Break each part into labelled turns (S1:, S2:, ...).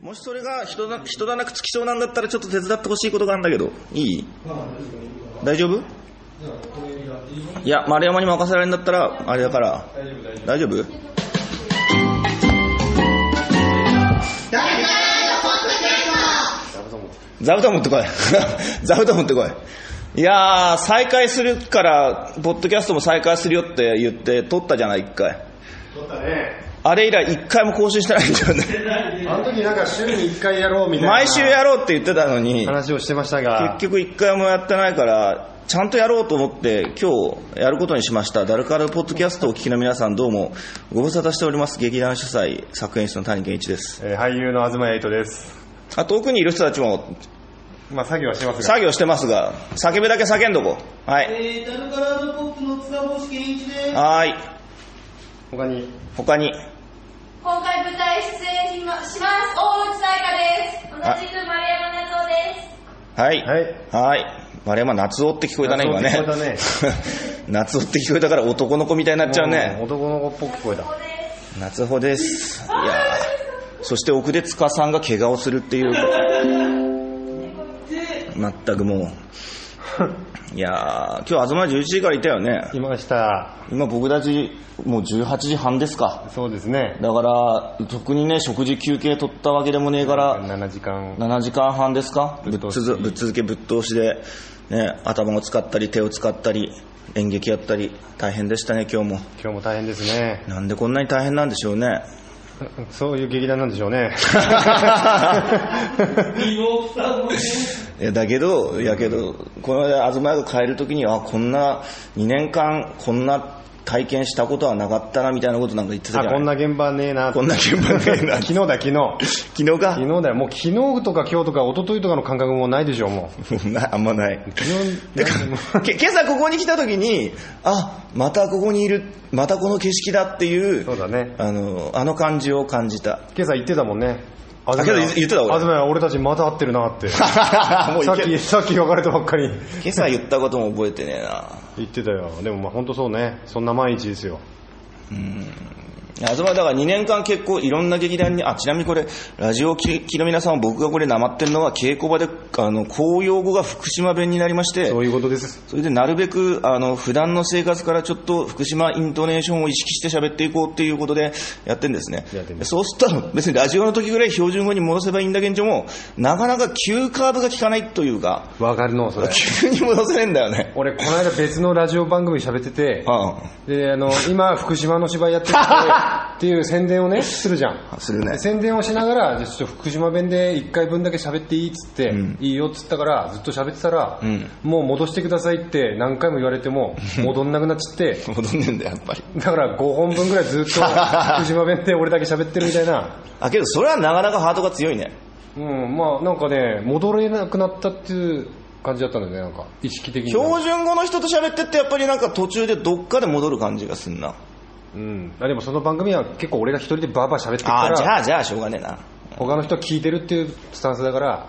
S1: もしそれが人だ人だなくつきそうなんだったらちょっと手伝ってほしいことがあるんだけどいい大丈夫いや丸山に任せられるんだったらあれだから大丈夫座布団持ってこい 座布団持ってこいいやー再開するからポッドキャストも再開するよって言って撮ったじゃない一回
S2: 撮ったね。
S1: あれ以来一回も更新してないんだよね
S2: あの時なんか週に1回やろうみたいな。
S1: 毎週やろうって言ってたのに
S2: 話をしてましたが
S1: 結。局一回もやってないからちゃんとやろうと思って今日やることにしましたダルカルポッドキャストをお聞きの皆さんどうもご無沙汰しております劇団主催作演室の谷健一です
S2: えー俳優の東エイトです。
S1: あ遠くにいる人たちも
S2: まあ作業はしてますが。
S1: 作業してますが叫びだけ叫んどこうはい
S3: えー、ダルカラードポップの津田帽子健一です。
S1: はーい
S2: 他に。
S1: 他に
S4: 今回舞台出演しまします大内彩花です同じく丸山奈央です
S1: はい
S2: はい
S1: はい丸山夏男って聞こえたね今ね
S2: 夏男って
S1: 夏男って聞こえたから男の子みたいになっちゃうね
S2: も男の子っぽく声だ
S4: こ。こです
S1: 夏穂ですいやーそして奥で塚さんが怪我をするっていう全くもういやー今日東11時からいたよね
S2: いました。
S1: 今僕たちもう18時半ですか
S2: そうですね。
S1: だから特にね食事休憩取ったわけでもねえから
S2: 7時間。
S1: 7時間半ですかぶっ
S2: ぶっ通し
S1: つづぶっ続けぶっ通しで、ね、頭を使ったり手を使ったり演劇やったり大変でしたね今日も
S2: 今日も大変ですね。
S1: なんでこんなに大変なんでしょうね
S2: そういう劇団なんでしょ うね。
S1: いやだけど、やけど、この間、東屋が変えるときに、あこんな2年間、こんな体験したことはなかったなみたいなことなんか言ってた
S2: あ、
S1: じゃ
S2: こん
S1: ない
S2: な現場ねえな。
S1: こんな現場ね えな
S2: 昨日だ、昨日。
S1: 昨日か
S2: 昨日だよ。もう昨日とか今日とか一昨日とかの感覚もないでしょう、もう。
S1: なあんまない。
S2: 昨日、
S1: でけ今朝ここに来たときに、あまたここにいる、またこの景色だっていう、
S2: そうだね。
S1: あのあの感じを感じ た。
S2: 今朝言ってたもんね。あ
S1: けど言ってた俺
S2: あずまや、俺たちまた会ってるな って。さ
S1: もうい
S2: っ
S1: け
S2: き、さっき別れたばっかり。
S1: 今朝言ったことも覚えてねえな。
S2: 言ってたよ。でもまあ本当そうね。そんな毎日ですよ。
S1: 東だから2年間結構いろんな劇団に、あ、ちなみにこれ、ラジオききの皆さんは僕がこれなまってるのは稽古場で、あの、公用語が福島弁になりまして
S2: そ、ういうことです。
S1: それでなるべく、あの、普段の生活からちょっと福島イントネーションを意識して喋っていこうっていうことでやってんですね
S2: やってん。だ
S1: そうすると、別にラジオの時ぐらい標準語に戻せばいいんだけんども、なかなか急カーブが効かないというか、。
S2: わかるの、それ
S1: 急に戻せねえんだよね。
S2: 俺、この間別のラジオ番組喋ってて、
S1: う
S2: で、あの、今、福島の芝居や ってるってっていう宣伝をね、するじゃん
S1: ん。。するね
S2: で。宣伝をしながら、じゃあちょっと福島弁で1回分だけ喋っていいっつって、いいよっつったから、ずっと喋ってたら、
S1: ん
S2: もう戻してくださいって何回も言われて も、戻んなくなっちゃって、
S1: 戻んねえんだよ、やっぱり。
S2: だから5本分ぐらいず っと福島弁で俺だけ喋ってるみたいな。
S1: あ、けどそれはなかなかハートが強いね。
S2: うん、まあなんかね、戻れなくなったっていう感じだったんだよね、なんか。意識的に。
S1: 標準語の人と喋ってってやっぱりなんか途中でどっかで戻る感じがすんな
S2: うん。あでもその番組は結構俺が一人でバーバー喋ってる
S1: あ
S2: か
S1: あじ
S2: ら、
S1: ゃあじゃあしょうがねえな
S2: 他の人は聞いてるっていうスタンスだから、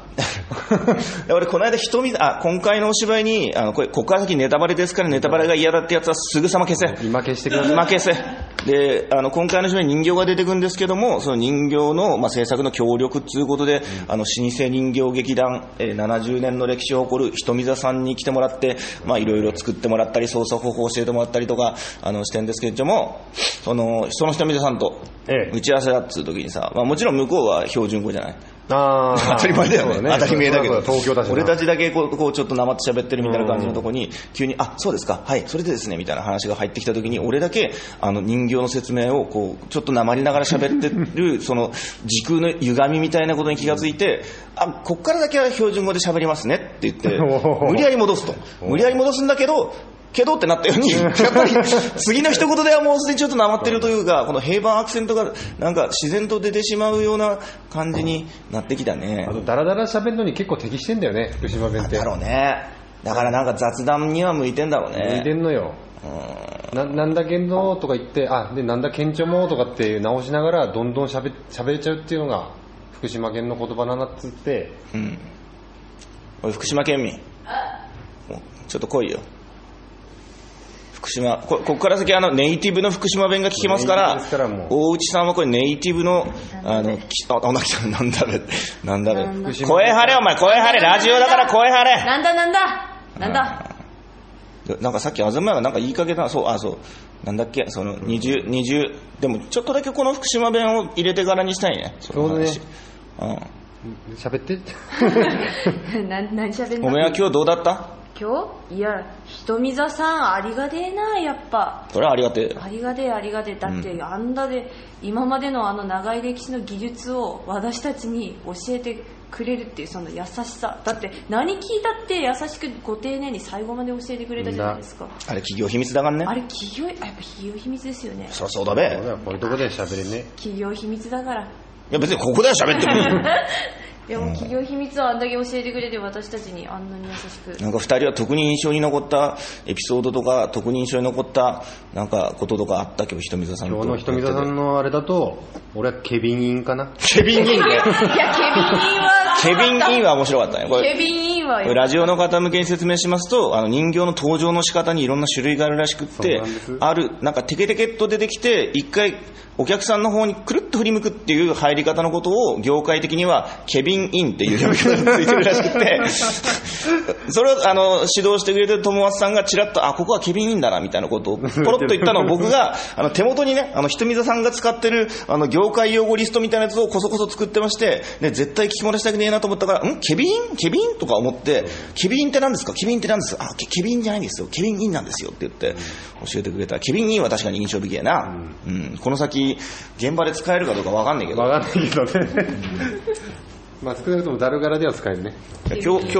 S1: で俺この間人見あ今回のお芝居にあのこれここから先ネタバレですからネタバレが嫌だってやつはすぐさま消せ
S2: 今消してください。
S1: 今消せであの今回の芝居に人形が出てくるんですけどもその人形の、まあ、制作の協力ということで、あの老舗人形劇団、えー70年の歴史を誇る瞳座さんに来てもらってまあいろいろ作ってもらったり操作方法を教えてもらったりとかあのしてるんですけれどもそのその瞳座さんと
S2: ええ
S1: 打ち合わせだっつう時にさ、まあ、もちろん向こうは標準語じゃない
S2: あー
S1: 当たり前だよね
S2: そう
S1: 当たり前だけど
S2: そうそう東京だしな。
S1: 俺たちだけこうこうちょっとなまって喋ってるみたいな感じのとこに急に「あそうですかはいそれでですね」みたいな話が入ってきた時に俺だけあの人形の説明をこうちょっとなまりながら喋ってるその時空の歪みみたいなことに気がついて「あこっからだけは標準語で喋りますね」って言って
S2: おー
S1: 無理やり戻すと無理やり戻すんだけどけどってなったように、やっぱり次の一言ではもうすでにちょっとなまってるというか、この平板アクセントがなんか自然と出てしまうような感じになってきたね
S2: あ。と、ダラダラ喋るのに結構適してんだよね、福島弁って
S1: だ。ろうね。だからなんか雑談には向いてんだろう
S2: 向い
S1: ね。
S2: てんのよ。ななんだけんどとか言って、あ、で、なんだけんちょもとかって直しながら、どんどん喋喋れちゃうっていうのが、福島県の言葉だなっつって、
S1: うん。おい、福島県民。おちょっと来いよ。福島こここから先あのネイティブの福島弁が聞けますか
S2: ネイティブ
S1: ら
S2: ですからもう
S1: 大内さんはこれネイティブのあのきあなきさんなんだべなんだべ
S5: なんだ
S1: 声張れお前声張れラジオだから声張れ
S5: なんだなんだなんだ
S1: なんかさっき東がなんか言いかけたそうあそうなんだっけその二重二重でもちょっとだけこの福島弁を入れてからにしたいねその話
S2: そう
S1: うん
S2: 喋って。
S5: な何しゃべん
S1: お
S5: の
S1: めえは今日どうだった
S5: 今日いや瞳座さんありがでえなやっぱ
S1: それはありがてえ
S5: ありがでえありがでえだって、
S1: う
S5: あんだで今までのあの長い歴史の技術を私たちに教えてくれるっていうその優しさだって何聞いたって優しくご丁寧に最後まで教えてくれたじゃないですか
S1: あれ企業秘密だから
S5: あ
S1: ね
S5: れ企業あやっぱ企業秘密ですよね
S1: そりゃそうだべ
S2: 俺はこういうとこで喋れね。
S5: 企業秘密だから
S1: いや別にここでは喋ってもいい
S5: でも企業秘密をあんだけ教えてくれて私たちにあんなに優しく
S1: なんか二人は特に印象に残ったエピソードとか、特に印象に残ったなんかこととかあった今日、ひとみざさんと。
S2: 今日のひとみさんのあれだと、俺はケビンインかな。
S1: ケビン・インね。
S5: いやケビン・インは
S1: ケビン・インは面白かったね。これ
S5: ケビン・インは
S1: これラジオの方向けに説明しますと、あの人形の登場の仕方にいろんな種類があるらしくっ
S2: そう
S1: て
S2: なんです、
S1: ある、なんかテケテケっと出てきて、一回お客さんの方にくるっと振り向くっていう入り方のことを、業界的にはケビン・インっていう呼び方がついてるらしくて、 それをあの指導してくれてる友達さんがちらっと、あ、ここはケビン・インだなみたいなことをポロッと言ったのを僕が、あの手元にね、あの瞳座さんが使ってるあの業界用語リストみたいなやつをこそこそ作ってまして、で絶対聞き漏らしたくねえなと思ったから、んケビンケビンとか思って、ケビンって何ですかケビンって何ですかあケ、ケビンじゃないんですよ。ケビン・インなんですよって言って教えてくれた。ケビン・インは確かに印象的やな。うん。この先、現場で使えるかどうかわかんないけど。
S2: わかんないけどね。まあ少なくともダルガラでは使えるね。
S1: 今日、今日、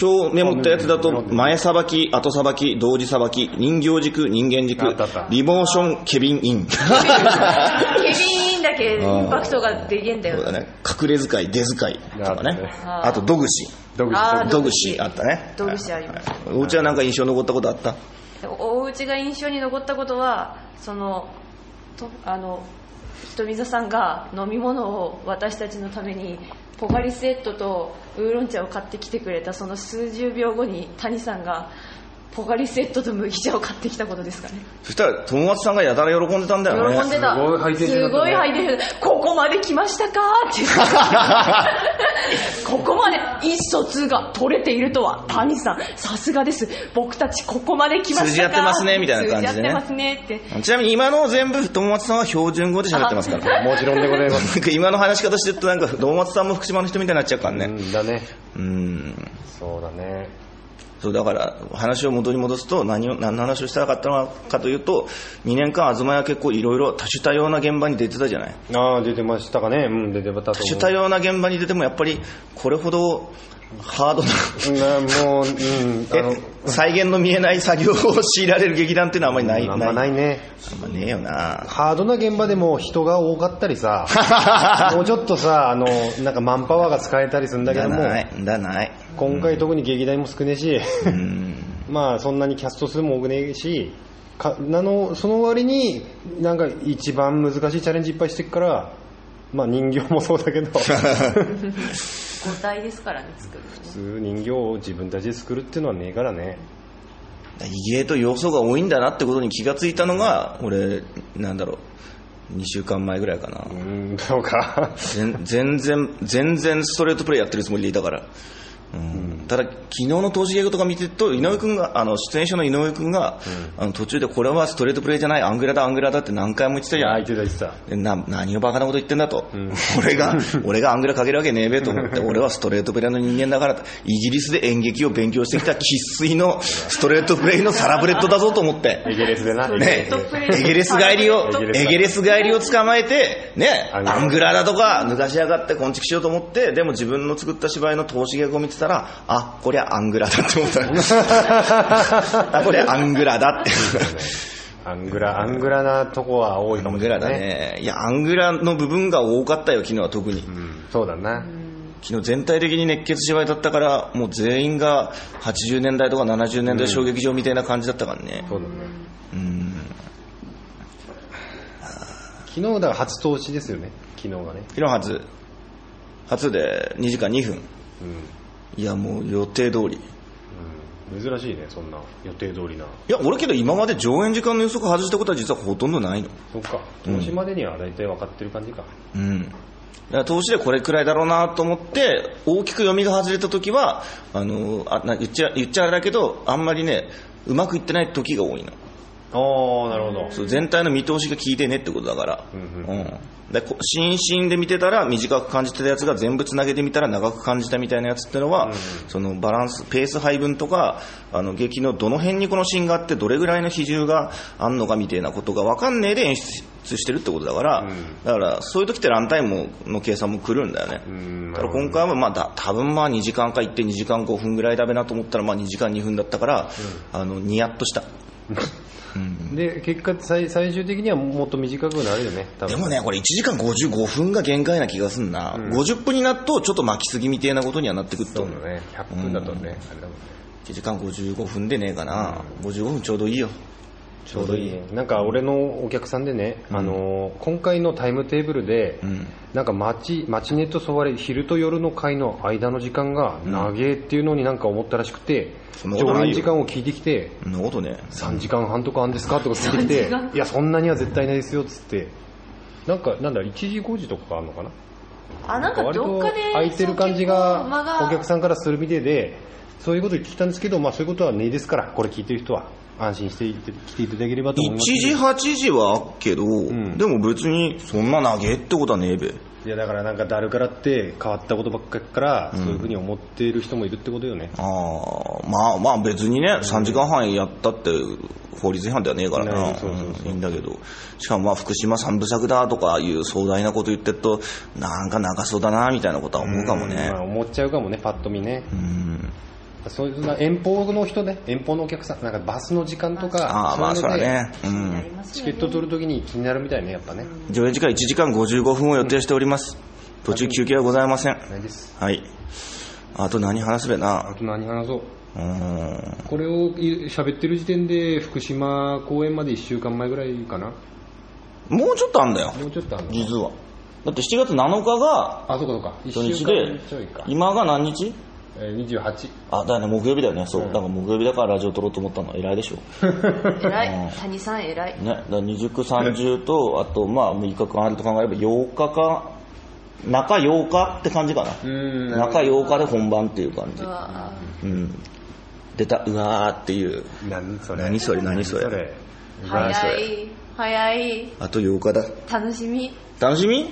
S1: 今日メモったやつだと、前さばき、後さばき、同時さばき、人形軸、人間軸
S2: あったあった、
S1: リモーション、ケビン イン。
S5: ケビン・インだけインパクトがでけんだ
S1: そうだ
S5: よ
S1: ね。隠れ遣い、出遣いとかね。
S5: あー
S1: あと、ドグシ。
S2: ドグシ
S5: あー
S1: ドグシあったね。
S5: ドグシあります
S1: はい。おうちはなんか印象残ったことあった
S5: お家が印象に残ったことはそのとあの瞳座さんが飲み物を私たちのためにポカリスエットとウーロン茶を買ってきてくれたその数十秒後に谷さんがポカリスエットと麦茶を買ってきたことですかね
S1: そしたら、友達さんがやたら喜んでたんだよね。
S5: 喜んでた
S2: すごいハイテンションだっ
S5: す
S2: たね
S5: ごいハイテンションここまで来ましたかって言ってここまで意思疎通が取れているとは谷さんさすがです僕たちここまで来ましたか
S1: 通じ合ってますねみたいな感じでね
S5: 通合ってますねって
S1: ちなみに今の全部、友達さんは標準語で喋ってますから。
S2: もちろんでございます。
S1: なんか今の話し方してると、なんか、堂松さんも福島の人みたいになっちゃうから
S2: う
S1: ね。
S2: んだね。
S1: うん。
S2: そうだね。
S1: そうだから話を元に戻すと何を何の話をしたかったのかというと2年間東は結構いろいろ多種多様な現場に出てたじゃない
S2: ああ、出てましたかね。うん、出てたと思う。
S1: 多種多様な現場に出てもやっぱりこれほどハードな
S2: うんもう、うん、あの、
S1: え再現の見えない作業を強いられる劇団っていうのはあんまりない
S2: あんまないね。
S1: あんまねえよな
S2: ハードな現場でも人が多かったり さ、もうちょっとさ、あの、なんかマンパワーが使えたりするんだけ
S1: だ
S2: ども、
S1: ないだない
S2: 今回特に劇団も少ねえし、
S1: うん
S2: まあそんなにキャスト数も多くねえし、かなのその割に、なんか一番難しいチャレンジいっぱいしてっから、まあ人形もそうだけど、 普
S5: 5体ですからね作るのね
S2: 通人形を自分たちで作るっていうのはねえからね。
S1: 意外と要素が多いんだなってことに気がついたのが俺なんだろう2週間前ぐらいかな、
S2: うん、そうか。
S1: 全全然、全然ストレートプレーやってるつもりでいたから。うん、ただ、昨日の投資稽古とか見てると、井上君が、あの、出演者の井上君が、あの、途中でこれはストレートプレーじゃない、アングラだ、アングラだって何回も言ってたじゃん
S2: 相手だしさ。
S1: でな何をバカなこと言ってんだと、 俺が俺がアングラかけるわけねえべと思って俺はストレートプレーの人間だからとイギリスで演劇を勉強してきた生粋のストレートプレーのサラブレッドだぞと思って
S2: エゲレスでな。
S1: ね
S5: トップレー、ト
S1: エゲレス帰りを
S5: ト
S2: ップ、レー
S1: エゲレス帰りを捕まえて、ね、
S2: アングラ
S1: アングラだとか、抜かしやがって、昆虫しようと思って、でも自分の作った芝居の投資稽古を見てたら、あ、こりゃアングラだって思った。 あ、こりゃアングラだって。
S2: アングラ、アングラなとこは多い
S1: ア
S2: かも
S1: ン
S2: し
S1: グ
S2: れ
S1: ラ
S2: な
S1: だ
S2: い。
S1: ね。いや、アングラの部分が多かったよ、昨日は特に。
S2: うん、そうだな。
S1: 昨日全体的に熱血芝居だったから、もう全員が80年代とか70年代小劇場みたいな感じだったからね。
S2: そうだね。昨日だから初投資ですよね。昨日がね。
S1: 昨日初、初で2時間2分。
S2: うん。
S1: いや、もう予定通り。
S2: 珍しいねそんな予定通りない
S1: や、俺けど今まで上演時間の予測外したことは実はほとんどないの。
S2: そっか投資までには大体分かってる感じか、
S1: うん。だから投資でこれくらいだろうなと思って、大きく読みが外れた時は、あの、あな言っちゃ、言っちゃあれだけど、あんまりね、うまくいってない時が多いの。
S2: ああなるほど
S1: そう全体の見通しが効いてねってことだから、
S2: うん
S1: うんでこ新進で見てたら短く感じてたやつが全部つなげてみたら長く感じたみたいなやつってのは、
S2: ん
S1: そのバランスペース配分とかあの劇のどの辺にこのシーンがあってどれぐらいの比重があんのかみたいなことが分かんねえで演出してるってことだから、
S2: うん
S1: だからそういう時ってランタイムの計算も狂うんだよね、
S2: うん
S1: だから今回はまあだ多分まあ2時間か1.2時間5分ぐらいだべなと思ったらまあ2時間2分だったから、あのニヤッとした。
S2: で結果最最終的にはもっと短くなるよね多分
S1: でもね、これ1時間55分が限界な気がすんな。
S2: ん
S1: 50分になると、ちょっと巻きすぎみたいなことにはなってくると
S2: そう
S1: 思う。
S2: だね100分だとね、あれだもんね
S1: 1時間55分でねえかな。55分ちょうどいいよ。
S2: ちょうどいいねなんか俺のお客さんでね、あのー今回のタイムテーブルで、
S1: うん
S2: なんかマチマチネとソワレ昼と夜の会の間の時間が長えっていうのになんか思ったらしくて、
S1: そんなこと
S2: 上
S1: ない
S2: 演
S1: よ
S2: 時間を聞いてきて
S1: そんなことね。
S2: 3時間半とかあんですかってこと聞いてきていやそんなには絶対ないですよっつってなんかなんだろう1時5時とかあるのかな
S5: あなんか
S2: 割
S5: ど
S2: と
S5: っかで
S2: 空いてる感じ
S5: そう結構間
S2: が
S5: が
S2: お客さんからするみてえでそういうこと聞いたんですけど、まあ、そういうことはねえですからこれ聞いてる人は安心していて来ていただければと思い
S1: 1
S2: ます
S1: 時、8時はあっけど、
S2: ん
S1: でも別にそんな長えってことはねえべ。
S2: いやだからなんかだるからって変わったことばっかりから、そういうふうに思っている人もいるってことよね
S1: ああ、まあまあ別にね、3時間半やったって法律違反ではねえから
S2: な
S1: な。
S2: いそうそう
S1: うんいいんだけど。しかもまあ福島三部作だとかいう壮大なこと言ってると、なんか長そうだなみたいなことは思うかもね。
S2: まあ、思っちゃうかもねパッと見ね、
S1: うん
S2: そういうな遠方の人ね遠方のお客さんなんかバスの時間とか
S1: ああ、まあ、
S2: い
S1: そ
S2: の
S1: ら
S2: で
S1: ね。う
S5: になり
S1: ん。
S5: ます
S2: チ
S5: よ
S2: ケ
S5: ね
S2: ット取るときに気になるみたいねやっぱね、
S1: 上映時間1時間55分を予定しております。途中休憩はございません。
S2: ないです
S1: はい。あと何話すべ
S2: あ
S1: な。
S2: と何話そう
S1: うーん。
S2: これをい喋ってる時点で福島公演まで1週間前ぐらいかな
S1: もうちょっとあんだよ。
S2: もうちょっとあるの
S1: 実は。だって7月7日が
S2: あそうかそうか
S1: 初
S2: 1週
S1: 日
S2: 間
S1: で
S2: ちょいか、、
S1: 今が何日
S2: えー、28
S1: あ、だよね、木曜日だよね。そう。
S2: うん
S1: だから木曜日だからラジオ撮ろうと思ったの偉いでしょ。
S5: 偉い谷さん偉い
S1: ね。だから20区30と、あとまあ6日間あると考えれば8日か、中8日って感じかな。
S2: うん
S1: 中8日で本番っていう感じ
S5: う。わ
S1: うん、出たうわーっていう
S2: 何それ
S1: 何それ何それ
S5: ー早い早い
S1: あと8日だ
S5: 楽しみ
S1: 楽しみ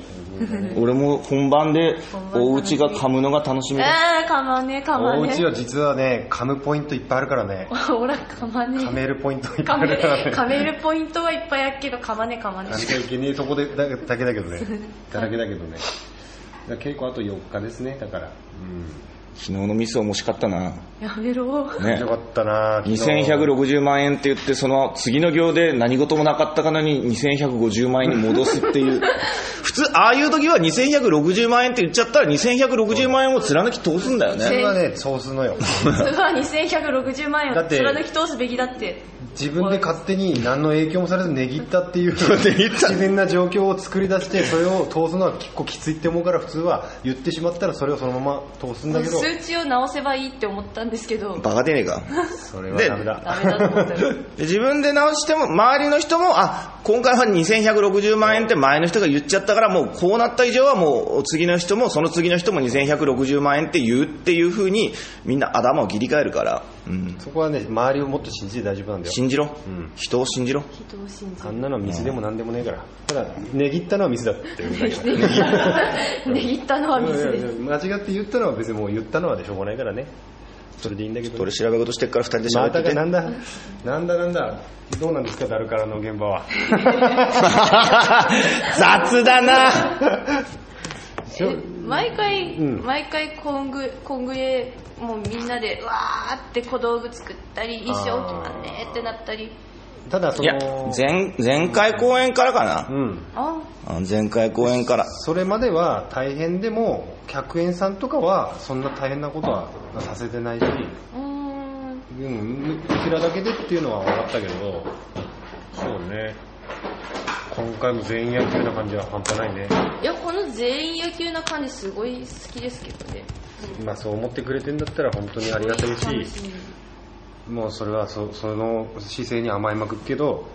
S1: 俺も本番で
S5: 本番
S1: お家が噛むのが楽しみだ
S5: あーかまねかま
S2: お
S5: ね
S2: 家は実はね噛むポイントいっぱいあるからね
S5: おらかま
S2: 噛
S5: ね
S2: めるポイントいっぱ
S5: か
S2: いあ
S5: め
S2: るからね
S5: かめるポイントはいっぱいあるけどかまねかまね
S2: なんかいけねえとこでだだけだけどねだらけだけどねだから結構あと4日ですねだからう
S1: 昨日のミスは惜しかったな、
S5: やめろ
S2: ん
S1: ね
S2: よ、かったな昨日
S1: 2160万円って言ってその次の行で何事もなかったかのように2150万円に戻すっていう 普通ああいう時は2160万円って言っちゃったら2160万円を貫き通すんだよ
S2: そ
S1: ね
S2: れはねそうすんのよ
S5: それは2160万円
S2: だ
S5: を
S2: って
S5: 貫き通すべきだって
S2: 自分で勝手に何の影響もされず値切ったっていう自然な状況を作り出してそれを通すのは結構きついって思うから普通は言ってしまったらそれをそのまま通すんだけど
S5: 数値を直せばいいって思ったんですけ ど
S1: バカでねえか
S2: それはダメ
S5: ダ
S2: だ
S5: メだと思ったよ
S1: で自分で直しても周りの人もあ今回は2160万円って前の人が言っちゃったからもうこうなった以上はもう次の人もその次の人も2160万円って言うっていう風にみんな頭を切り替えるから、うん、
S2: そこはね周りをもっと信じて大丈夫なんだよ
S1: 信じろ、
S2: うん
S1: 人を信じろ
S5: 人を信じ
S2: あんなのはミスでも何でもねえからただ値切ったのはミスだっていうぐらいだから
S5: る ねぎったのはミスです
S2: 間違って言ったのは別にもう言ったのはでしょうがないからねそれでいいんだけど
S1: 俺調べ事してっから2人で
S2: ま
S1: 喋
S2: た
S1: って
S2: か
S1: て、
S2: なんだなんだなんだどうなんですかダルからの現場 は
S1: 雑だな
S5: え毎回、
S2: うん
S5: 毎回コングコングへもうみんなでわーって小道具作ったり衣装決まんねーってなったり
S2: ただそ
S1: いや
S2: の
S1: 前前回公演からかな
S2: う、ん
S5: あ
S1: あ前回公演から
S2: それまでは大変でも客演さんとかはそんな大変なことはさせてないし
S5: うーん
S2: うんこちらだけでっていうのは分かったけどそうね今回も全員野球な感じは半端ないね
S5: いやこの全員野球な感じすごい好きですけどね
S2: まあそう思ってくれてんだったら本当にありがたいし
S5: 楽しみ
S2: もうそれはそその姿勢に甘えまくるけど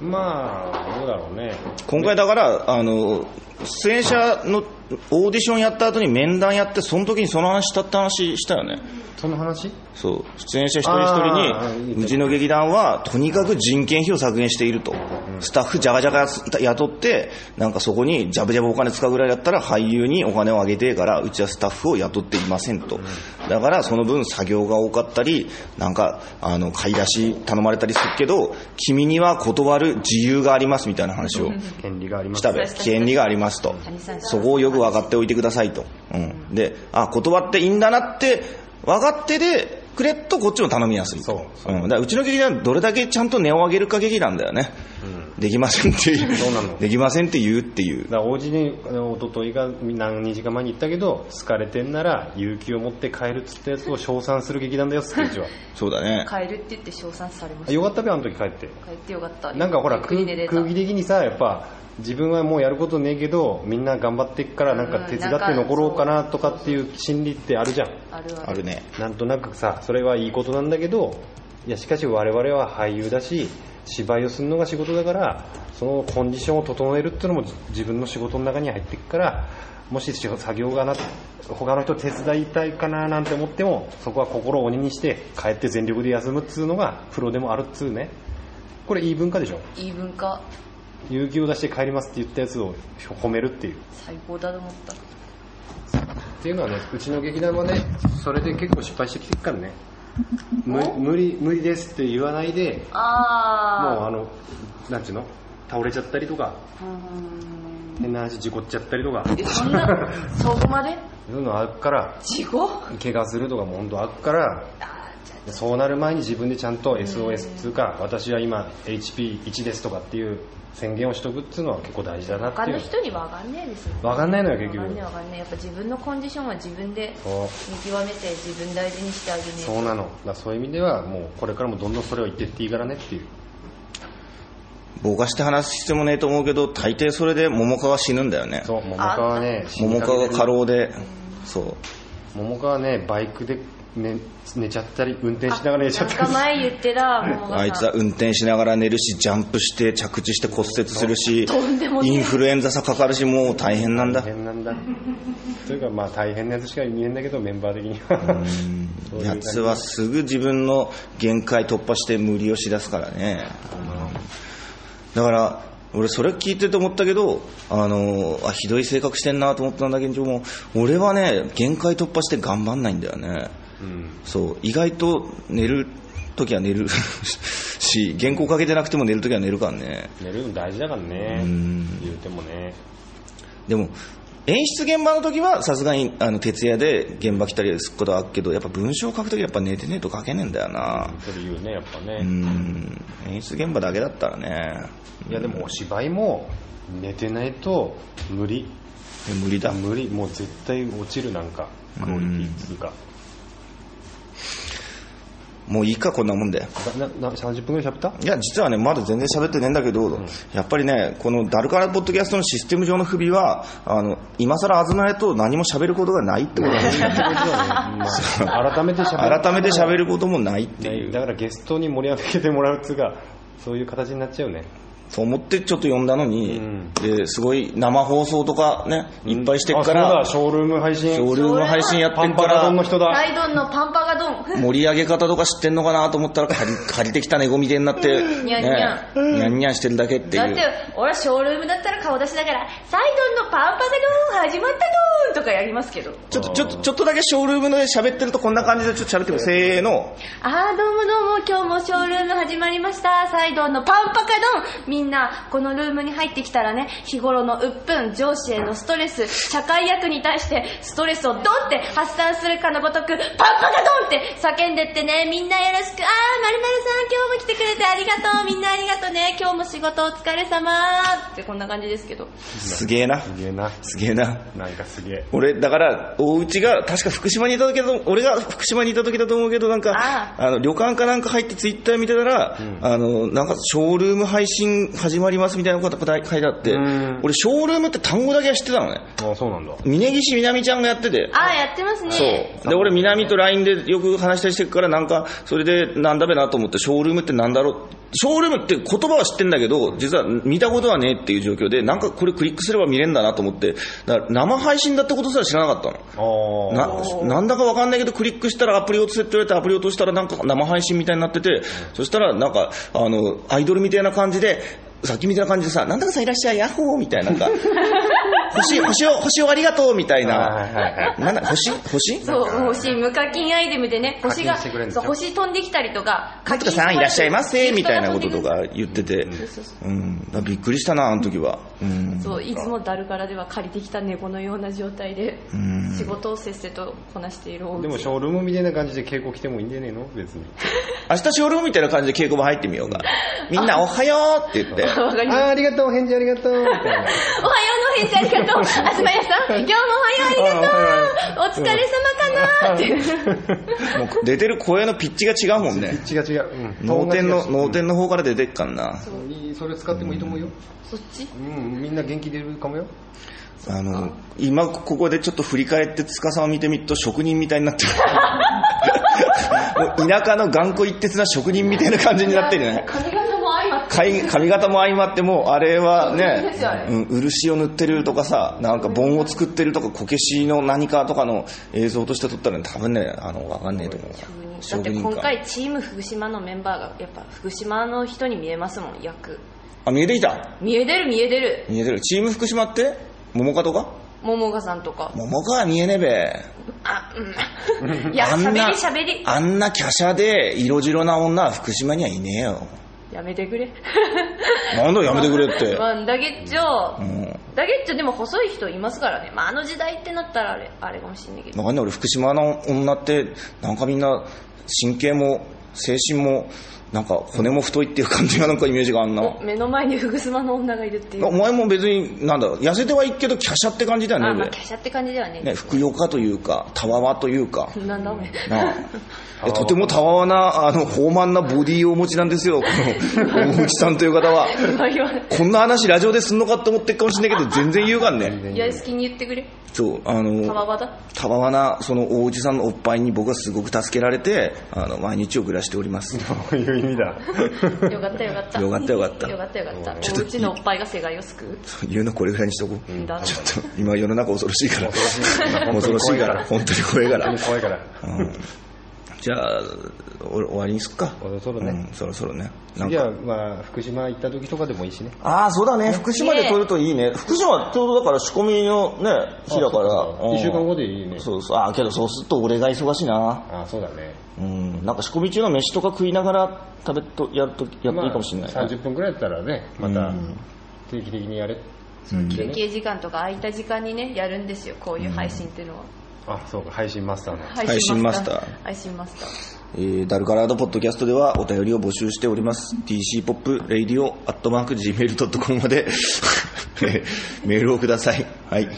S2: まあどうだろうね
S1: 今回だから、あの、出演者のオーディションやった後に面談やって、その時にその話したって話したよね。
S2: その話
S1: そう。出演者一人一
S2: あ
S1: 人
S2: ーいい
S1: に、
S2: ね
S1: うちの劇団は、とにかく人件費を削減していると。スタッフじゃがじゃが雇って、なんかそこにジャブジャブお金使うぐらいだったら俳優にお金をあげてえから、うちはスタッフを雇っていませんと。だからその分作業が多かったり、なんか、あの、買い出し頼まれたりするけど、君には断る自由がありますみたいな話を。
S2: 権利があります
S1: したべ権利がありますとそこをよく分かっておいてくださいと、うん、であ断っていいんだなって分かってでくれとこっちも頼みやすい
S2: そうそ
S1: ん、だからうちの劇団どれだけちゃんと値を上げるか劇団だよね、できませんっていう
S2: そうなの
S1: できませんって言うっていう
S2: だから王子にあの一昨日が何日か前に言ったけど好かれてんなら勇気を持って帰るっつったやつを称賛する劇団だよっつってうちは
S1: そうだね
S5: 変えるって言って称賛されま
S2: あ
S5: した
S2: よかったべあの時帰って
S5: 帰ってよかった
S2: なんかほら
S5: ゆっく
S2: 空
S5: り寝れた
S2: 空気的にさやっぱ自分はもうやることねえけどみんな頑張ってっからなんか手伝って残ろうかなとかっていう心理ってあるじゃん
S5: あるある
S1: あるね
S2: なんとなくさそれはいいことなんだけどいやしかし我々は俳優だし芝居をするのが仕事だからそのコンディションを整えるっていうのもじ自分の仕事の中に入っていくからもし作業がな他の人手伝いたいかななんて思ってもそこは心を鬼にして帰って全力で休むっつうのがプロでもあるっつうねこれいい文化でしょ
S5: いい文化
S2: 勇気を出して帰りますって言ったやつを褒めるっていう
S5: 最高だと思った
S2: っていうのはねうちの劇団はねそれで結構失敗してきてる からね無無理無理ですって言わないでもう
S5: あ
S2: あのなんちゅうの倒れちゃったりとか
S5: あもう
S2: 変な話事故っちゃったりとか
S5: えそ んなそこまで
S2: そういうのあるから
S5: 事故
S2: 怪我するとかも本当あるからそうなる前に自分でちゃんと SOS っつうか私は今 HP1 ですとかっていう宣言をしとくっつうのは結構大事だなって
S5: 他
S2: い
S5: の
S2: う
S5: 人には分かんねえですよ
S2: 分かんないのよ結
S5: 分かんねえ
S2: 局
S5: 分かんねえやっぱ自分のコンディションは自分で
S2: そう
S5: 見極めて自分大事にしてあげねえ
S2: そうなのだからそういう意味ではもうこれからもどんどんそれを言ってっていいからねっていう
S1: ぼかして話す必要もねえと思うけど大抵それで桃花は死ぬんだよね
S2: そう桃川はね
S1: 桃花が過
S2: う
S1: 労でそう
S2: 桃川はねバイクで寝寝ちゃったり運転しながら寝ちゃ
S5: な
S2: っ
S5: ん
S2: た
S5: か
S2: り
S5: 前言ってた桃
S1: あいつ
S5: 川さ
S1: は
S5: ん
S1: 運転しながら寝るし、ジャンプして着地して骨折するし
S5: とんでも、ねえ
S1: インフルエンザさかかるし、もう大変なんだ
S2: 大。変 なんだというかまあ大変なやつしか見えんだけどメンバー的に
S1: う
S2: は
S1: ん
S2: そういう
S1: や
S2: 感じ
S1: つはすぐ自分の限界突破して無理をしだすからね。だから、俺それ聞いてて思ったけど、あの、あ、ひどい性格してんなと思ったんだけども、俺はね、限界突破して頑張んないんだよね。
S2: うん
S1: そう意外と寝る時は寝るし原稿かけてなくても寝る時は寝るからね
S2: 寝るの大事だからね
S1: うん
S2: 言うてもね
S1: でも演出現場の時はさすがにあの徹夜で現場来たりすることはあるけどやっぱ文章を書く時はやっぱ寝てねえと書けねえんだよな
S2: それ言うねやっぱ
S1: う
S2: ね
S1: ん演出現場だけだったらね
S2: いやでもお芝居も寝てないと無理
S1: 無理だ
S2: 無理もう絶対落ちるなんかクオリティっつうか
S1: もういいかこんなもんで
S2: なな30分ぐら い喋った
S1: いや実はねまだ全然喋ってねえんだけど、やっぱりねこのダルカラポッドキャストのシステム上の不備はあの今更あずなえと何も喋ることがないってことなんですよ
S2: まあ改めて喋る
S1: 改めて喋ることもないっていう
S2: だからゲストに盛り上げてもらうっつうかそういう形になっちゃうね
S1: と思ってちょっと呼んだのに、
S2: うん
S1: ですごい生放送とかねいっぱいしてっか
S2: あ
S1: ら
S2: そうだショールーム配信
S1: 上流の配信やって
S2: パ
S1: っ
S2: ン
S1: か
S2: パラドンの
S1: ら
S2: 人だ
S5: ライドンのパンパガドン
S1: 盛り上げ方とか知ってんのかなと思ったら借り 借りてきた猫みてえになって、ね、
S5: にゃんにゃ
S1: にゃんにゃんしてるだけって
S5: だっ
S1: い
S5: て
S1: う
S5: 俺はショールームだったら顔出しだから「サイドンのパンパガドン始まったドン!」とかやりますけど
S1: ちょっとちょっとちょっとだけショールームで喋ってるとこんな感じでちょっと喋ってくるせーの
S5: あーどうもどうも今日もショールーム始まりましたサイドンのパンパカドンみんなこのルームに入ってきたらね日頃の鬱憤上司へのストレス社会役に対してストレスをドンって発散するかのごとくパンパカドンって叫んでってねみんなよろしくあーまるまるさん今日も来てくれてありがとうみんなありがとうね今日も仕事お疲れ様ってこんな感じですけど
S1: すげえな
S2: すげえな
S1: すげえな
S2: なんかすげえ
S1: 俺、だから、大内が、確か福島にいた時だと、俺が福島にいた時だと思うけど、なんか、
S5: あ
S1: あの、旅館かなんか入ってツイッター見てたら、あの、なんか、ショールーム配信演始まりますみたいなことが書いてあって
S2: うん、
S1: 俺、ショールームって単語だけは知ってたのね。
S2: あそうなんだ
S1: 峯岸みなみちゃんがやってて、
S5: ああやってますね
S1: そう。で、俺、南と LINE でよく話したりしてるから、なんか、それで、なんだべなと思って、ショールームってなんだろう。ショールームって言葉は知ってんだけど、実は見たことはねえっていう状況で、なんかこれクリックすれば見れんだなと思って、だから生配信だってことすら知らなかったの。
S2: あー
S1: ななんだかわかんないけどクリックしたらアプリ落とせって言われてアプリ落としたらなんか生配信みたいになってて、そしたらなんかあのアイドルみたいな感じでさっきみたいな感じでさなんだかさんいらっしゃいヤッホーみたいななんか星星を星をありがとうみたい
S2: は
S1: ない
S2: はいはい
S1: なんだ星星
S5: そう星無課金アイテムでね星が
S2: 課金してくれるんでし
S5: そ
S2: ょ
S5: う星飛んできたりとか
S1: なんとかさんいらっしゃいませみたいなことと
S5: 人が
S1: か言ってて、
S5: 飛んでくるそうそうそう
S1: うん、だからびっくりしたなあの時は、うん、
S5: そういつもダルカラでは借りてきた猫のような状態で
S1: ん
S5: 仕事をせっせとこなしているお家
S2: でもショールームみたいな感じで稽古来てもいいんじゃねえの別に
S1: 明日ショールームみたいな感じで稽古場入ってみようがみんなおはようって言って
S5: あわかりま
S2: あ
S5: す
S2: あありがとう返事ありがとうみたい な
S5: おはようの返事ありがとう。あずまやさん、今日もおはようありがとう。お疲れ様かなっていう。
S1: もう出てる声のピッチが違うもんね
S2: 違う違う、うん、
S1: 脳天の
S2: トーンが違う
S1: 脳天の方から出てっかんな、
S2: いいそれ使ってもいいと思うよ、
S5: そっち
S2: うん、みんな元気出るかもよ
S1: あの今ここでちょっと振り返って司を見てみると職人みたいになってるもう田舎の頑固一徹な職人みたいな感じになってるね
S5: 髪型も相まって。
S1: 髪髪型も相まってもうあれは
S5: そうですよあれ
S1: ね、うん、漆を塗ってるとかさなんか盆を作ってるとかこけしの何かとかの映像として撮ったら、ね、多分ねあの分かんねえと思う
S5: だって今回チーム福島のメンバーがやっぱ福島の人に見えますもん役
S1: あ見えてきた
S5: 見えてる見えてる
S1: 見えてるチーム福島って桃花とか
S5: 桃花さんとか
S1: 桃花は見えねえべ
S5: あうんいや喋り喋り
S1: あんな華奢で色白な女は福島にはいねえよ
S5: やめてくれ
S1: なんだやめてくれって、
S5: まあ、ダゲッチョ、
S1: うん
S5: ダゲッチョでも細い人いますからね、まあ、あの時代ってなったらあれあれかもしんないけど
S1: わかんない俺福島の女ってなんかみんな神経も精神もなんか骨も太いっていう感じがなんかイメージがあんな
S5: お目の前に福島の女がいるっていう
S1: お前も別になんだろう痩せてはいっけど華奢って感じだ
S5: あ、
S1: よ
S5: まあ、
S1: ね
S5: 華奢って感じではね。
S1: 俺ねふくよかというかたわわという か
S5: なんだおめえ。
S1: なあいやとてもたわわなあの豊満なボディをお持ちなんですよこの大内さんという方は
S5: 言わ言わない
S1: こんな話ラジオですんのかって思ってるかもしれないけど全然言うかんね
S5: いや、好きに言ってくれ。
S1: そうあの
S5: たわわだ。
S1: たわわなその大内さんのおっぱいに僕はすごく助けられてあの毎日を暮らしております
S2: どういう意味だ
S5: よかったよかった。
S1: よかったよかった
S5: よかったよかった。
S1: ちょっ
S5: お
S1: と
S5: うちのおっぱいが世界を救う。
S1: 言うのこれぐらいにしとこう、
S5: だ
S1: ちょっと今世の中恐ろしいから恐
S2: 恐
S1: ろ
S2: ろ
S1: し
S2: し
S1: い
S2: い
S1: か
S2: からら
S1: 本当に怖いから
S2: 怖いから
S1: うんじゃあお終わりにすっか
S2: そろそろね
S1: うんそろそろねなん
S2: 次
S1: か
S2: はまあ福島行った時とかでもいいしね
S1: ああそうだね福島で
S5: ね
S1: 撮るといいね福島ちょうどだから仕込みのね日だから
S2: あそうそう
S1: うん
S2: 一週間後でいいね
S1: そうそうああけどそうすると俺が忙しいな
S2: あそうだね
S1: うんなんか仕込み中の飯とか食いながら食べとやるとやっていいかもしれない、
S2: まあ、30分くらいだったらねま
S1: う
S2: た
S1: ん
S2: 定期的にやれ
S1: うん
S5: 休憩時間とか空いた時間にね、やるんですよ。こういう配信っていうのは。
S2: あそうか配信マスターの
S1: 配信マスター
S5: 配信マス
S1: えーダルカラードポッドキャストではお便りを募集しております。tcpopradio.gmail.com まで えーメールをください。はい。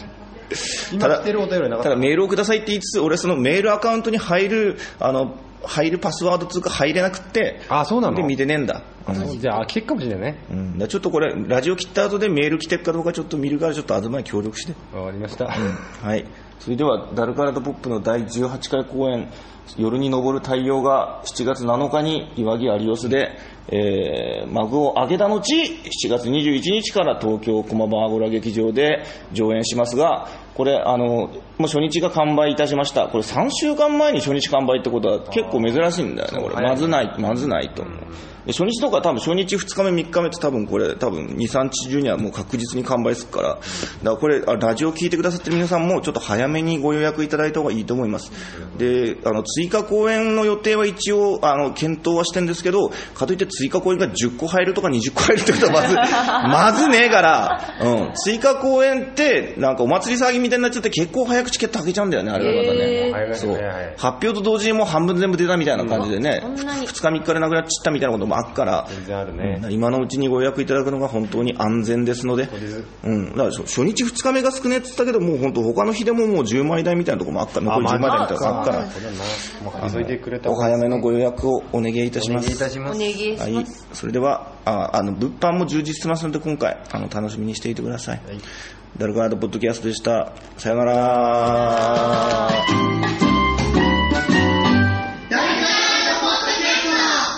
S2: 今
S1: ただ
S2: 来てるお便りなかった
S1: だメールをくださいって言いつつ、俺はそのメールアカウントに入る、あの、入るパスワード通か入れなくって、
S2: あそうなの
S1: で見てねえんだ。う
S2: た
S1: ん
S2: じゃあ飽きてるかもしれないね
S1: うん、だからちょっとこれ、ラジオ切った後でメール来てるかどうかちょっと見るから、ちょっと東に協力して。
S2: わかりました
S1: はい、それではダルカラドポップの第18回公演「夜に昇る太陽」が7月7日に岩城有吉で、えーマグを上げた後7月21日から東京駒場アゴラ劇場で上演しますがこれあのもう初日が完売いたしましたこれ3週間前に初日完売ってことは結構珍しいんだよねこれまずないまずないと思うで初日とか多分初日2日目3日目って多分これ多分23日中にはもう確実に完売するからだからこれあラジオ聞いてくださってる皆さんもちょっと早めにご予約いただいた方がいいと思いますであの追加公演の予定は一応あの検討はしてるんですけどかといって追加公演が10個入るとか20個入るってことはまずま ずねえから、うん、追加公演ってなんかお祭り騒ぎみたいになっちゃって結構早くチケット開けちゃうんだよねあれはまたね、
S5: えー
S2: 早い
S1: そう
S2: 早い
S1: 発表と同時にもう半分全部出たみたいな感じでね、
S5: うんそんなに
S1: 2日3日でなくなっちゃったみたいなこともあっから、
S2: 全然あるね
S1: うん今のうちにご予約いただくのが本当に安全ですので、うん、だから初初日2日目が少ねって言ったけど、もう本当他の日でももう10枚台みたいなとこもあっから、残り10枚台みたいなとこもあっから、
S2: そうだなもう急いでくれた
S1: お
S2: 方が
S1: 早めのご予約をお願いいたし
S2: お
S1: ま
S2: 願いい
S1: す。
S2: たし
S5: お
S2: ます
S5: 願いしま
S1: は
S5: す、
S1: い、それではああの物販も充実してますので今回あの楽しみにしていてください、ダルカードポッドキャストでしたさよなら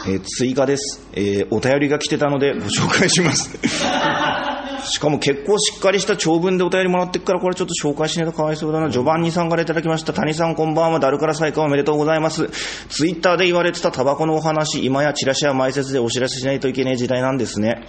S1: えー追加です、えーお便りが来てたのでご紹介しますしかも結構しっかりした長文でお便りもらってっからこれちょっと紹介しないとかわいそうだなジョバンニさんからいただきました谷さんこんばんはダルから再開おめでとうございますツイッターで言われてたタバコのお話今やチラシや埋設でお知らせしないといけない時代なんですね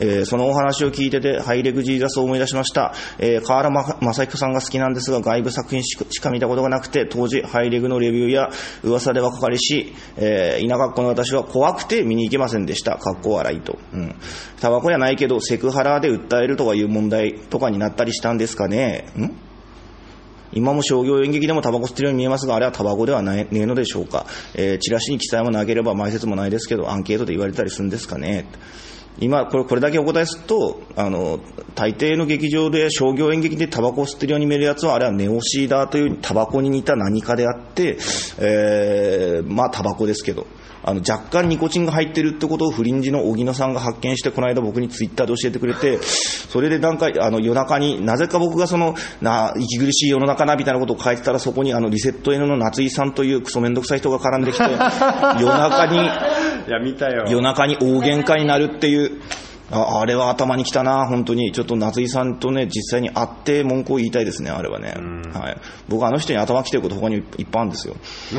S1: えーそのお話を聞いてて、ハイレグジーザスを思い出しました。えー河原ま正彦さんが好きなんですが、外部作品しかしか見たことがなくて、当時、ハイレグのレビューや噂で若かりし、えー、田舎っ子の私は怖くて見に行けませんでした。かっこ笑いと。うん。タバコじゃないけど、セクハラで訴えるとかいう問題とかになったりしたんですかね。ん今も商業演劇でもタバコ吸ってるように見えますが、あれはタバコではないねえのでしょうか、えーチラシに記載もなければ、埋設もないですけど、アンケートで言われたりするんですかね。今これ、これだけお答えするとあの、大抵の劇場で商業演劇でタバコを吸ってるように見えるやつは、あれはネオシーダーというタバコに似た何かであって、えーまあ、タバコですけど。あの若干ニコチンが入ってるってことをフリンジの荻野さんが発見してこの間僕にツイッターで教えてくれてそれでなんかあの夜中になぜか僕がそのな息苦しい世の中なみたいなことを書いてたらそこにあのリセット N の夏井さんというクソめんどくさい人が絡んできて夜中に
S2: いや見たよ
S1: 夜中に大喧嘩になるっていう。ああれは頭にきたな、本当に。ちょっと夏井さんとね、実際に会って文句を言いたいですね、あれはね。はい。僕、あの人に頭きてること他にいっぱいあるんですよ。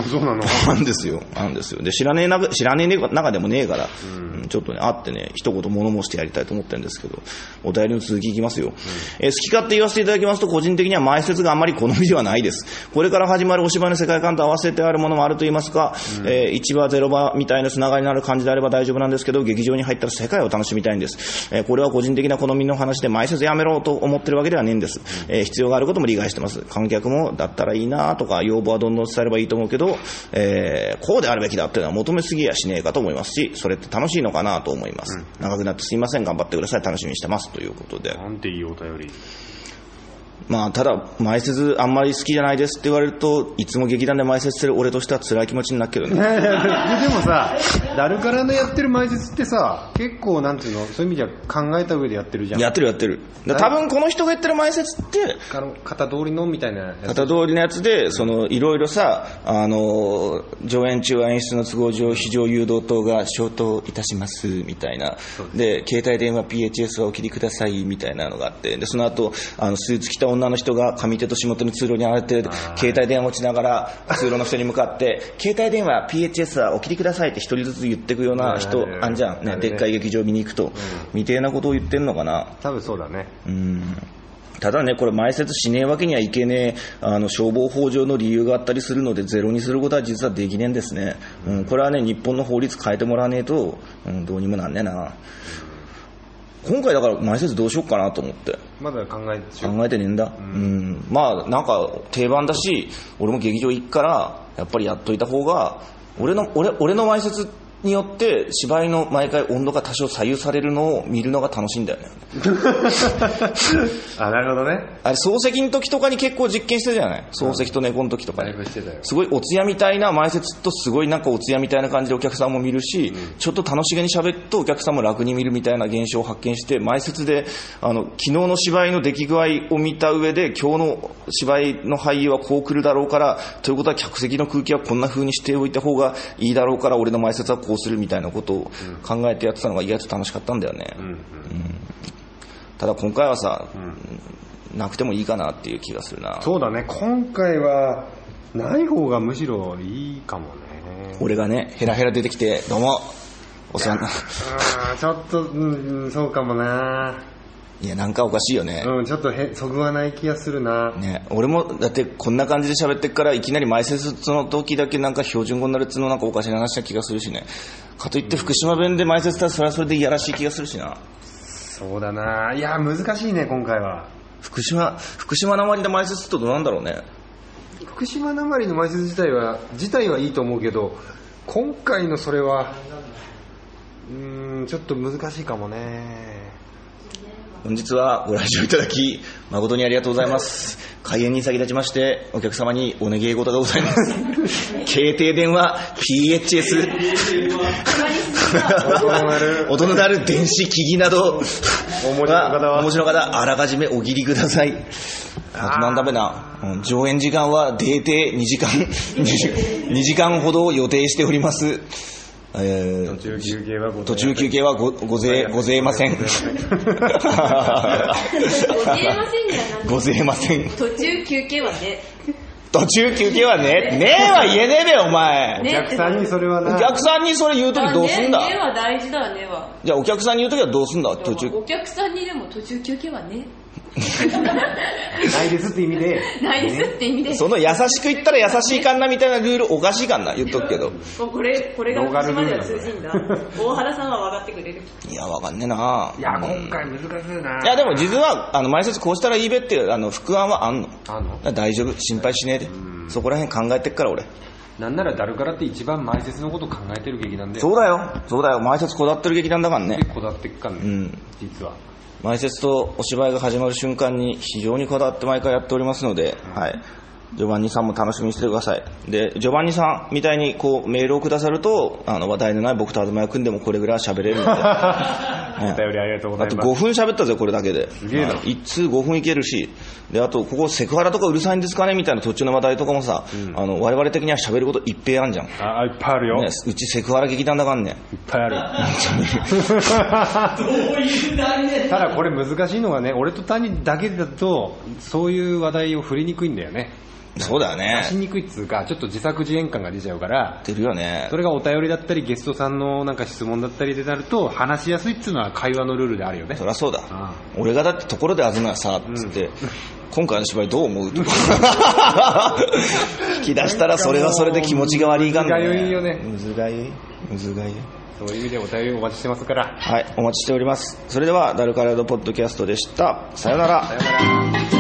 S2: そうなの
S1: あるんですよ。あるんですよ。で、知らねえな、知らねえ中でもねえから、うんちょっとね、会ってね、一言物申してやりたいと思ってるんですけど、お便りの続きいきますよ。えー好き勝手言わせていただきますと、個人的には前説があまり好みではないです。これから始まるお芝居の世界観と合わせてあるものもあると言いますか、えー1話0話みたいなつながりのある感じであれば大丈夫なんですけど、劇場に入ったら世界を楽しみたいんです。えーこれは個人的な好みの話で、前説やめろと思ってるわけではねえんです。えー必要があることも理解してます。観客も、だったらいいなとか、要望はどんどん伝えればいいと思うけど、えーこうであるべきだっていうのは求めすぎやしねえかと思いますし、それって楽しいのかなと思います。長くなってすいません、頑張ってください、楽しみにしてます、ということで。
S2: なんていいお便り
S1: まあ、ただ、前説あんまり好きじゃないですって言われると、いつも劇団で前説してる俺としては辛い気持ちになるけどね。
S2: でもさ、ダルカラのやってる前説ってさ、結構なんていうの、そういう意味では考えた上でやってるじゃん。
S1: やってるやってる。だから多分この人が言ってる前説って、
S2: あの型通りのみたいなやつ。
S1: 型通りのやつで、その、いろいろさ、あの、上演中は演出の都合上、非常誘導灯が消灯いたします、みたいな。で、携帯電話 PHS はお切りください、みたいなのがあって、で、その後、あの、スーツ着た女の人が上手と下手の通路に上がって、携帯電話持ちながら、通路の人に向かって、携帯電話 PHS はお切りくださいって一人ずつ言ってくような人
S2: あるね、
S1: あんじゃん。
S2: あ
S1: ね、
S2: るね
S1: でっかい劇場見に行くと、みてえなことを言ってんのかな。
S2: 多分そうだね。
S1: うんただね、これ、埋設しねえわけにはいけねえ、あの消防法上の理由があったりするので、ゼロにすることは実はできねえんですね、うん、これはね、日本の法律変えてもらわねえと、うん、どうにもなんねえな、今回だから、埋設どうしようかなと思って、
S2: まだ考え中。
S1: 考えてねえんだ、うん、まあ、なんか定番だし、俺も劇場行くから、やっぱりやっといた方が、俺の、俺、俺の埋設によって、芝居の毎回温度が多少左右されるのを見るのが楽しいんだよね。
S2: あ、なるほどね。
S1: あれ、漱石の時とかに結構実験してたじゃない漱石と猫の時とか
S2: だ
S1: に
S2: い。ぶしてたよ。
S1: すごいお通夜みたいな前説とすごいなんかお通夜みたいな感じでお客さんも見るし、ちょっと楽しげに喋っとお客さんも楽に見るみたいな現象を発見して、前説で、あの、昨日の芝居の出来具合を見た上で、今日の芝居の俳優はこう来るだろうから、ということは客席の空気はこんな風にしておいた方がいいだろうから、俺の前説はこうするみたいなことを考えてやってたのが意外と楽しかったんだよね。
S2: うん。
S1: ただ今回はさ、なくてもいいかなっていう気がするな。
S2: そうだね、今回は、ない方がむしろいいかもね。
S1: 俺がね、ヘラヘラ出てきて、どうも、お世話にな、
S2: あーちょっと、うん、うんそうかもな。
S1: いや、なんかおかしいよね。
S2: うん、ちょっとへ、そぐわない気がするな。
S1: ね、俺も、だってこんな感じで喋ってっから、いきなり前説の時だけなんか標準語になるっつうのなんかおかしな話な気がするしね。かといって福島弁で前説したらそれはそれでいやらしい気がするしな。
S2: そうだな。いや、難しいね、今回は。
S1: 福島、福島なまりで前説するとどうなんだろうね。
S2: 福島なまりの埋設自体は自体はいいと思うけど今回のそれはうーんちょっと難しいかも ね
S1: 本日はご来場いただき誠にありがとうございます開演に先立ちましてお客様にお願い事がございます携帯電話 PHS 音のなる電子機器など
S2: お持ちの方は
S1: お持ちの方あらかじめお切りくださいあとなんだべな、うん上演時間は定定2時間 2時間ほどを予定しております、えー
S2: 途中休憩はございません
S1: 途中休憩はごごぜごぜえません
S5: 教えませんじゃなく て
S1: ごぜえません
S5: 途中休憩はね
S1: 途中休憩はね、ねえは言えねえべよ、お前。
S2: お
S5: ね
S2: 客さんにそれはな
S1: お客さんにそれ言うときどうすんだ
S5: あねねは大事だねは
S1: じゃあお客さんに言うときはどうすんだ途中。
S5: お客さんにでも途中休憩は ね
S2: ないですって意味で
S5: ないですって意味 で
S1: その優しく言ったら優しいかんなみたいなルールおかしいかんな、言っとくけど。
S5: もうこれこれが
S2: ローカル
S5: 口まで
S2: ル
S5: は
S2: ール
S5: 通
S2: だ
S5: じんだ大原さんは分かってくれる
S1: いや、わかんねえな。
S2: いや
S1: うん
S2: 今回難しいない
S1: いや、でも実は、あの、前説こうしたらいいべっていう、あの、副案はあんの。
S2: あの
S1: 大丈夫、心配しねえで。そこら辺考えてっから、俺。
S2: なんならダルカラって一番前説のこと考えてる劇団で
S1: そうだよ、そうだよ、前説こだわってる劇団だからね
S2: で。こだわってっかんね、
S1: うん
S2: 実は
S1: 前説とお芝居が始まる瞬間に非常にこだわって毎回やっておりますので、はい。ジョバンニさんも楽しみにしててください。で、ジョバンニさんみたいにこうメールをくださると、あの話題のない僕と東君でもこれぐらいは喋れるので。
S2: お便りありがとうござ
S1: あ
S2: い
S1: と
S2: ます
S1: 5分喋ったぜ、これだけで。
S2: すげえな
S1: はい一通5分いけるし、で、あと、ここセクハラとかうるさいんですかねみたいな途中の話題とかもさ、あの、我々的には喋ることいっぺいあんじゃん。ね、
S2: ああいっぱいあるよ、いう
S1: ちセクハラ劇団だかんね。
S2: っぱいあるただこれ難しいのがね俺と谷だけだとそういう話題を振りにくいんだよね
S1: そう だよね
S2: 出。しにくいっつうかちょっと自作自演感が出ちゃうから
S1: 言ってるよね
S2: そ。れがお便りだったりゲストさんのなんか質問だったりでなると話しやすいっつうのは会話のルールであるよね
S1: そりゃそうだ
S2: ああ。
S1: 俺がだってところであずなさ、つって、今回の芝居どう思うとか。 聞き出したらそれはそれで気持ちが悪いがん
S2: むずがゆいよね
S1: むずがゆいむずがゆい。
S2: そういう意味でお便りお待ちしてますから
S1: はい、お待ちしております。それでは、ダルカラードポッドキャストでした。さよなら。
S2: さようなら